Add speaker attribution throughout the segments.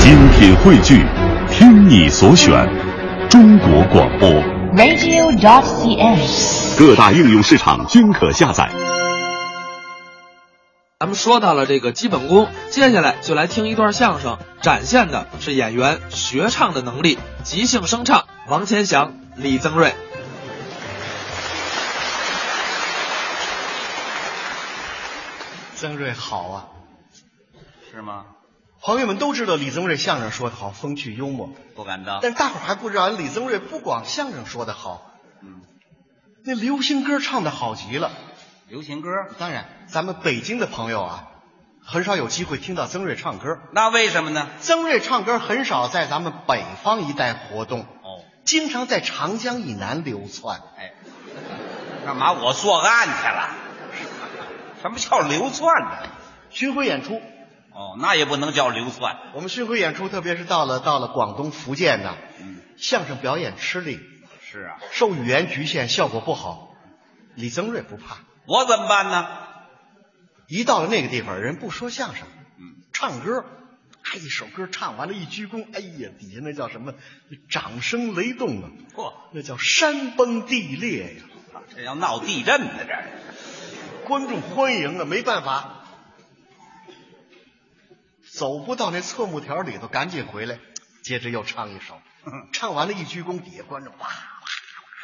Speaker 1: 精品汇聚，听你所选，中国广播。
Speaker 2: radio.cn。
Speaker 1: 各大应用市场均可下载。
Speaker 3: 咱们说到了这个基本功，接下来就来听一段相声，展现的是演员学唱的能力，即兴声唱。王千祥、李增瑞。
Speaker 4: 曾瑞好啊！
Speaker 5: 是吗？
Speaker 4: 朋友们都知道李增瑞相声说得好，风趣幽默，
Speaker 5: 不敢当。
Speaker 4: 但是大伙儿还不知道，李增瑞不光相声说得好，
Speaker 5: 嗯，
Speaker 4: 那流行歌唱得好极了。
Speaker 5: 流行歌，
Speaker 4: 当然，咱们北京的朋友啊，很少有机会听到曾瑞唱歌。
Speaker 5: 那为什么呢？
Speaker 4: 曾瑞唱歌很少在咱们北方一带活动，
Speaker 5: 哦，
Speaker 4: 经常在长江以南流窜。
Speaker 5: 哎，干嘛我作案去了？什么叫流窜呢？
Speaker 4: 巡回演出，
Speaker 5: 哦，那也不能叫流窜。
Speaker 4: 我们巡回演出，特别是到了到了广东、福建呐，
Speaker 5: 嗯，
Speaker 4: 相声表演吃力，
Speaker 5: 是啊，
Speaker 4: 受语言局限，效果不好。李增瑞不怕，
Speaker 5: 我怎么办呢？啊
Speaker 4: 一到了那个地方，人不说相声，
Speaker 5: 嗯，
Speaker 4: 唱歌，哎，一首歌唱完了，一鞠躬，哎呀，底下那叫什么？掌声雷动啊，
Speaker 5: 嚯，
Speaker 4: 那叫山崩地裂呀、
Speaker 5: 这要闹地震呢，这是
Speaker 4: 观众欢迎啊，没办法，走不到那侧幕条里头，赶紧回来，接着又唱一首，
Speaker 5: 嗯
Speaker 4: 唱完了，一鞠躬，底下观众哇哇哇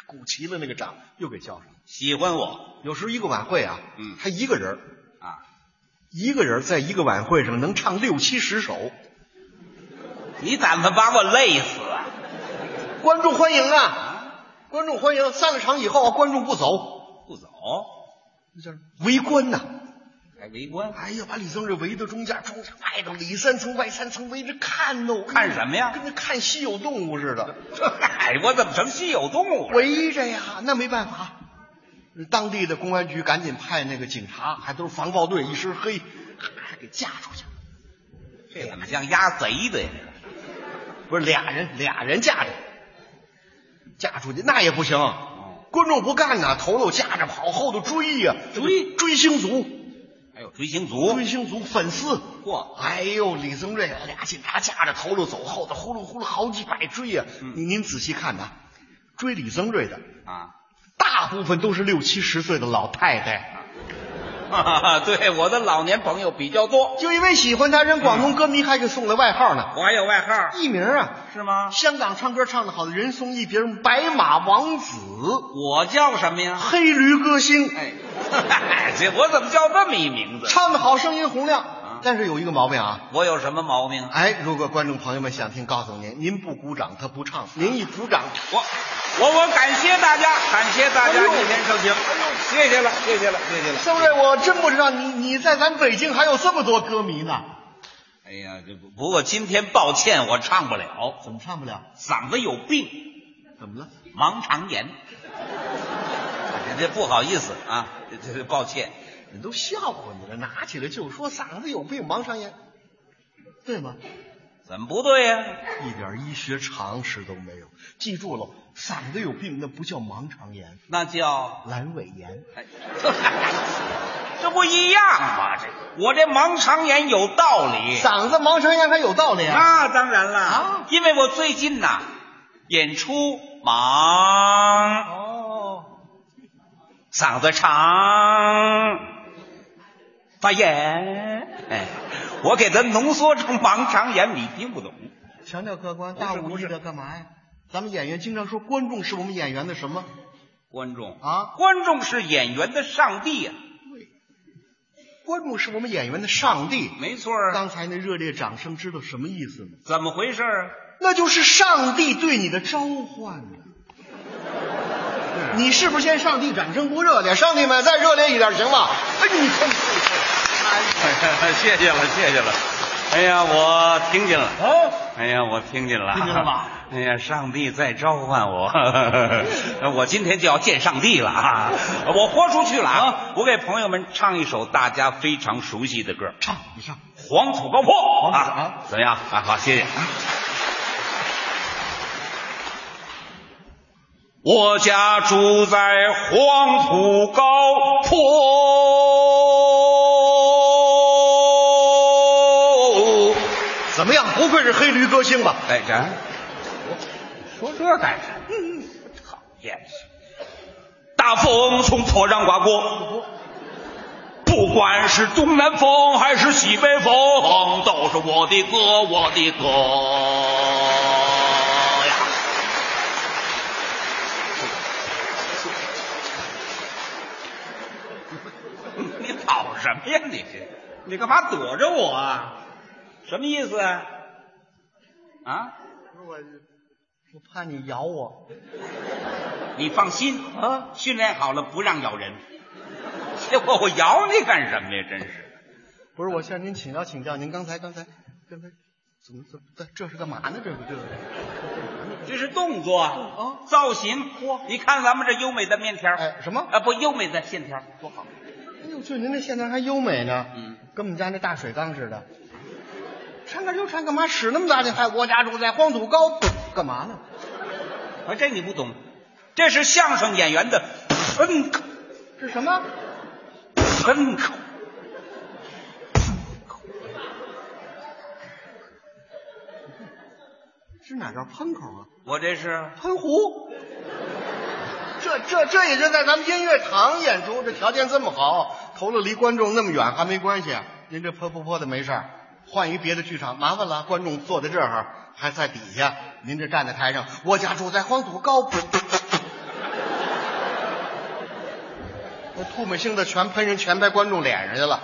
Speaker 4: 鼓齐了那个掌，又给叫上。
Speaker 5: 喜欢我
Speaker 4: 有时候一个晚会啊，
Speaker 5: 嗯
Speaker 4: 他一个人儿，
Speaker 5: 啊？
Speaker 4: 一个人儿在一个晚会上能唱六七十首，
Speaker 5: 你打算把我累死啊？
Speaker 4: 观众欢迎啊！观众欢迎，散了场以后，啊观众不走，
Speaker 5: 不走，
Speaker 4: 那叫围观呐、
Speaker 5: 还围观？
Speaker 4: 哎呀，把李增瑞围到中间，中间外头里三层外三层围着看呢，
Speaker 5: 看什么呀
Speaker 4: 跟那看稀有动物似 的，
Speaker 5: 这嗨，我怎么成稀有动物了？
Speaker 4: 围着呀，那没办法。当地的公安局赶紧派那个警察，还都是防暴队，一身黑，还给架出去。
Speaker 5: 这怎么像压贼的呀？
Speaker 4: 不是俩人，俩人架着，架出去那也不行，观众不干呐，头头架着跑，后头追呀、
Speaker 5: 追
Speaker 4: 追星族，
Speaker 5: 还有追星族
Speaker 4: 追，星族粉丝。
Speaker 5: 嚯
Speaker 4: 哎呦，李增瑞俩警察架着头头走，后头呼噜呼噜好几百追呀、
Speaker 5: 嗯
Speaker 4: 您您仔细看呐，追李增瑞的
Speaker 5: 啊！
Speaker 4: 大部分都是六七十岁的老太太，
Speaker 5: 哈哈哈，啊 对，我的老年朋友比较多，
Speaker 4: 就因为喜欢他，人广东歌迷还给送了外号呢，
Speaker 5: 我还有外号，
Speaker 4: 艺名啊。
Speaker 5: 是吗？
Speaker 4: 香港唱歌唱得好的人送一别人“白马王子”，
Speaker 5: 我叫什么呀？
Speaker 4: 黑驴歌星，
Speaker 5: 哎， 这我怎么叫这么一名字？
Speaker 4: 唱得好，声音洪亮。但是有一个毛病啊，
Speaker 5: 我有什么毛病？啊
Speaker 4: 哎，如果观众朋友们想听，告诉您，您不鼓掌他不唱，您一鼓掌，
Speaker 5: 我我我感谢大家，感谢大家
Speaker 4: 哎呦
Speaker 5: 一天盛情，谢谢了，谢谢了，谢谢了。
Speaker 4: 是不是？我真不知道你你在咱北京还有这么多歌迷呢，
Speaker 5: 哎呀，这不不过今天抱歉，我唱不了，
Speaker 4: 怎么唱不了？
Speaker 5: 嗓子有病，
Speaker 4: 怎么了？
Speaker 5: 盲肠炎。哎这这不好意思啊，这这这抱歉。
Speaker 4: 你都笑话你了，拿起来就说嗓子有病，盲肠炎，对吗？
Speaker 5: 怎么不对呀、
Speaker 4: 一点医学常识都没有，记住了，嗓子有病那不叫盲肠炎，
Speaker 5: 那叫
Speaker 4: 阑尾炎。
Speaker 5: 哎， 这不一样吗？这我这盲肠炎有道理。
Speaker 4: 嗓子盲肠炎还有道理啊？
Speaker 5: 那当然了，
Speaker 4: 啊
Speaker 5: 因为我最近呐、演出忙，
Speaker 4: 哦，
Speaker 5: 嗓子长，发炎。哎，我给它浓缩成盲肠炎，你听不懂。
Speaker 4: 强调客观，
Speaker 5: 不是
Speaker 4: 大五一的干嘛呀？咱们演员经常说，观众是我们演员的什么？
Speaker 5: 观众
Speaker 4: 啊
Speaker 5: 观众是演员的上帝呀、
Speaker 4: 观众是我们演员的上帝。
Speaker 5: 没错儿
Speaker 4: 刚才那热烈掌声，知道什么意思吗？
Speaker 5: 怎么回事儿？啊
Speaker 4: 那就是上帝对你的召唤呢、你是不是嫌上帝掌声不热烈？上帝们，再热烈一点行吗？哎，你看，
Speaker 5: 谢谢了，谢谢了。哎呀，我听见了。
Speaker 4: 哦，
Speaker 5: 哎呀，我听见了，
Speaker 4: 听见了吧？
Speaker 5: 哎呀，上帝在召唤 我，我今天就要见上帝了 啊！我豁出去了啊！我给朋友们唱一首大家非常熟悉的歌，《
Speaker 4: 唱你唱，
Speaker 5: 黄土高坡》
Speaker 4: 黄土
Speaker 5: 啊
Speaker 4: 啊，
Speaker 5: 怎么样？啊，好，谢谢。 我家住在黄土高坡。
Speaker 4: 怎怎么样？不愧是黑驴歌星吧？
Speaker 5: 哎，这说这干什么？嗯讨厌！大风从头上刮过，不管是东南风还是西北风，都是我的歌，我的歌呀！你跑什么呀你？你干嘛躲着我啊？什么意思啊？啊？
Speaker 4: 我我怕你咬我
Speaker 5: 你放心
Speaker 4: 啊
Speaker 5: 训练好了不让咬人。结果我咬你干什么呀？真是的
Speaker 4: 不是，我向您请教请教，您刚才刚才刚才怎么怎么这这是干嘛呢？这个这个
Speaker 5: 这是动作啊
Speaker 4: 哦，
Speaker 5: 造型。你看咱们这优美的面条，
Speaker 4: 哎什么
Speaker 5: 啊？不，优美的线条多好。
Speaker 4: 哎呦，就您那线条还优美呢，
Speaker 5: 嗯，
Speaker 4: 跟我们家那大水缸似的。上干就上干嘛使那么大劲？还哎我家住在黄土高，干嘛呢？
Speaker 5: 啊，这你不懂，这是相声演员的喷口，
Speaker 4: 是什么？
Speaker 5: 喷口。
Speaker 4: 是哪叫喷口啊？
Speaker 5: 我这是
Speaker 4: 喷壶。这这这也是在咱们音乐堂演出，这条件这么好，投了离观众那么远还没关系，啊您这泼泼泼的没事儿换一别的剧场麻烦了，观众坐在这儿还在底下，您这站在台上，我家住在黄土高，那吐沫星子全喷人，全拍观众脸上去了。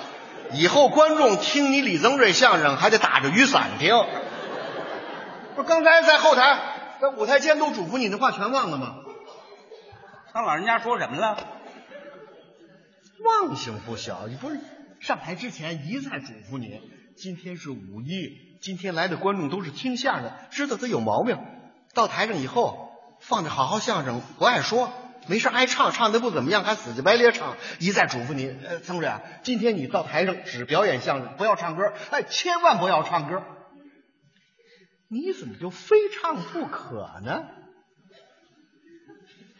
Speaker 4: 以后观众听你李增瑞相声还得打着雨伞听。不是刚才在后台，在舞台监督嘱咐你的话全忘了吗？
Speaker 5: 当老人家说什么了？
Speaker 4: 忘性不小，你不是上台之前一再嘱咐你，今天是五一，今天来的观众都是听相声，知道他有毛病，到台上以后放着好好相声，不爱说，没事爱唱，唱的不怎么样还死乞白咧唱，一再嘱咐你，呃，曾瑞啊，今天你到台上只表演相声，不要唱歌，哎，千万不要唱歌。你怎么就非唱不可呢？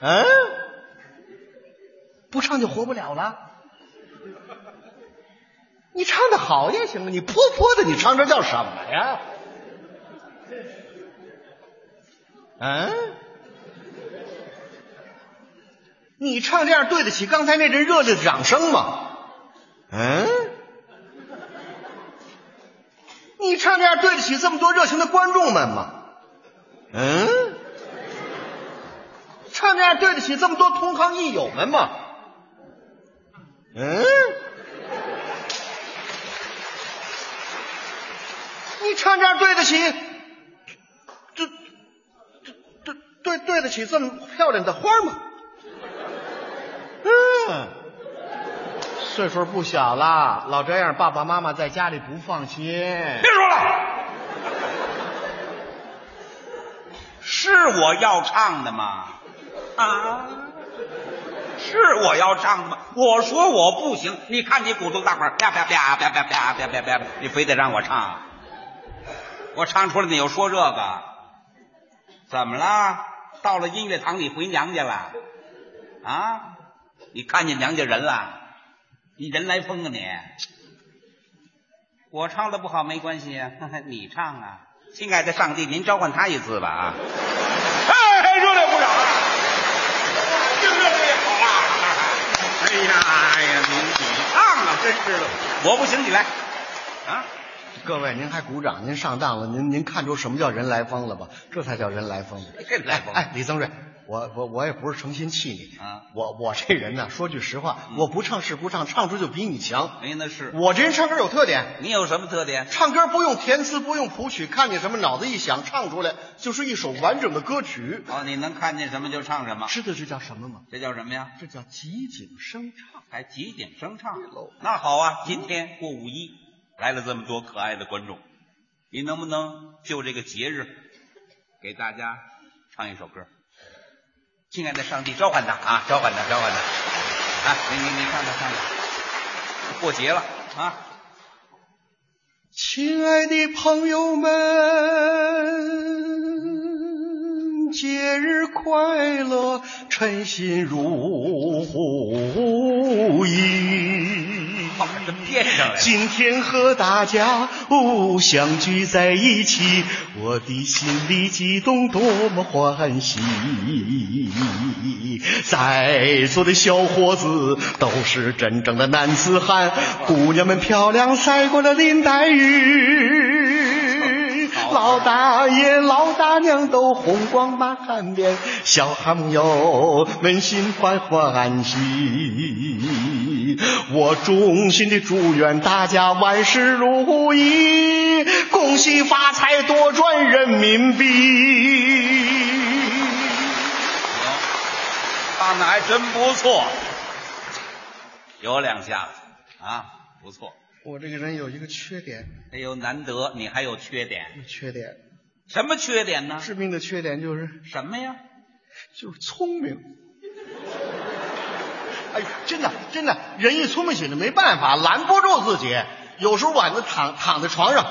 Speaker 4: 嗯、不唱就活不了了。你唱的好也行啊，你泼泼的，你唱这叫什么呀？嗯，你唱这样对得起刚才那阵热烈的掌声吗？嗯，你唱这样对得起这么多热情的观众们吗？嗯，唱这样对得起这么多同行益友们吗？嗯，你唱这样对得起，这这这对对得起这么漂亮的花吗？嗯，岁数不小了，老这样，爸爸妈妈在家里不放心
Speaker 5: 别。说了，是我要唱的吗？啊，是我要唱的吗？我说我不行，你看你鼓动大伙儿，啪啪啪啪啪啪啪啪啪，你非得让我唱，我唱出来你又说这个，怎么了？到了音乐堂你回娘家了？啊，你看见娘家人了？你人来疯啊你？我唱的不好没关系啊， 你唱啊。亲爱的上帝，您召唤他一次吧啊！哎，热烈鼓掌啊！真热烈好啊！哎呀 哎呀，你你唱啊，真是的，我不行，你来啊！
Speaker 4: 各位，您还鼓掌，您上当了，您您看出什么叫人来疯了吧？这才叫人来疯。
Speaker 5: 这来吧，
Speaker 4: 哎，李增瑞，我我我也不是诚心气你
Speaker 5: 啊嗯
Speaker 4: 我我这人呢，说句实话，我不唱是不唱，唱出就比你强。
Speaker 5: 哎，那是
Speaker 4: 我这人唱歌有特点，
Speaker 5: 你有什么特点？
Speaker 4: 唱歌不用填词，不用谱曲，看见什么脑子一想，唱出来就是一首完整的歌曲。
Speaker 5: 哦，你能看见什么就唱什么，
Speaker 4: 知道这叫什么吗？
Speaker 5: 这叫什么呀？
Speaker 4: 这叫集景声唱。
Speaker 5: 还集景声唱
Speaker 4: 喽。
Speaker 5: 那好啊，今天过五一，来了这么多可爱的观众，你能不能就这个节日给大家唱一首歌？亲爱的上帝，召唤他啊，召唤他，召唤他！啊，你你你唱他唱他，过节了啊！
Speaker 4: 亲爱的朋友们，节日快乐，称心如意。
Speaker 5: 话可真编上来了。
Speaker 4: 今天和大家哦相聚在一起，我的心里激动，多么欢喜！在座的小伙子都是真正的男子汉，姑娘们漂亮，赛过了林黛玉。老大爷、老大娘都红光满面，小憨友们心欢欢喜。我衷心的祝愿大家万事如意，恭喜发财，多赚人民币。
Speaker 5: 哦唱的还真不错，有两下子啊，不错。
Speaker 4: 我这个人有一个缺点，
Speaker 5: 哎呦，难得你还有缺点，
Speaker 4: 缺点
Speaker 5: 什么缺点呢？
Speaker 4: 致命的缺点就是
Speaker 5: 什么呀？
Speaker 4: 就是聪明。哎，真的真的，人一聪明起来没办法，拦不住自己。有时候晚上躺躺在床上，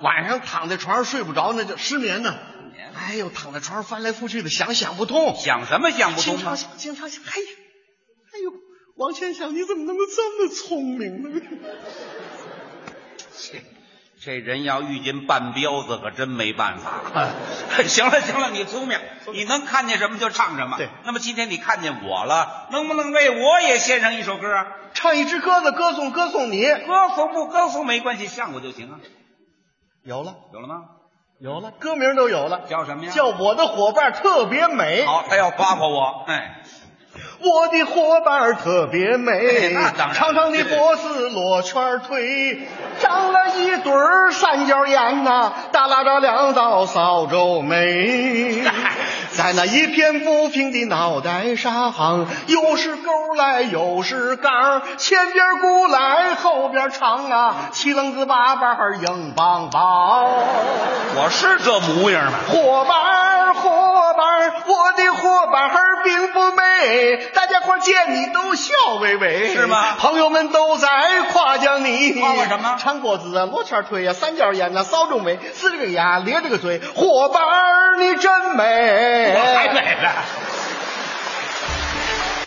Speaker 4: 晚上躺在床上睡不着，那叫失眠呢
Speaker 5: 眠。
Speaker 4: 哎呦，躺在床上翻来覆去的想想不通，
Speaker 5: 想什么想不
Speaker 4: 经
Speaker 5: 通
Speaker 4: 常
Speaker 5: 啊？
Speaker 4: 想经常想，哎呀，哎呦，王千祥你怎么能够这么聪明呢？
Speaker 5: 这人要遇见半彪子，可真没办法。
Speaker 4: 啊
Speaker 5: 行了行了，你聪明，你能看见什么就唱什么。
Speaker 4: 对
Speaker 5: 那么今天你看见我了，能不能为我也献上一首歌啊？
Speaker 4: 唱一支歌子歌颂歌颂你，
Speaker 5: 歌颂不歌颂没关系，像我就行啊。
Speaker 4: 有了
Speaker 5: 有了吗？
Speaker 4: 有了，歌名都有了，
Speaker 5: 叫什么呀？
Speaker 4: 叫我的伙伴特别美。
Speaker 5: 好，他要夸夸我，哎，
Speaker 4: 我的伙伴儿特别
Speaker 5: 哎
Speaker 4: 美，
Speaker 5: 那当然
Speaker 4: 长长的脖子裸圈儿腿，长了一对儿三角眼呐、耷拉着两道扫帚 眉，在那一片不平的脑袋上，又是钩来又是杠，前边鼓来后边长啊，七棱子八瓣儿硬邦邦。
Speaker 5: 哎我是这模样吗？
Speaker 4: 伙伴儿，伙伴儿，我的伙伴儿并不美，大家伙儿见你都笑微微，
Speaker 5: 是吗
Speaker 4: 朋友们都在夸奖你，
Speaker 5: 夸我什么
Speaker 4: 长脖子啊，罗圈腿啊，三角眼啊，扫帚眉，啊呲着个牙，咧着个嘴，伙伴儿你真美，
Speaker 5: 哎我还美了。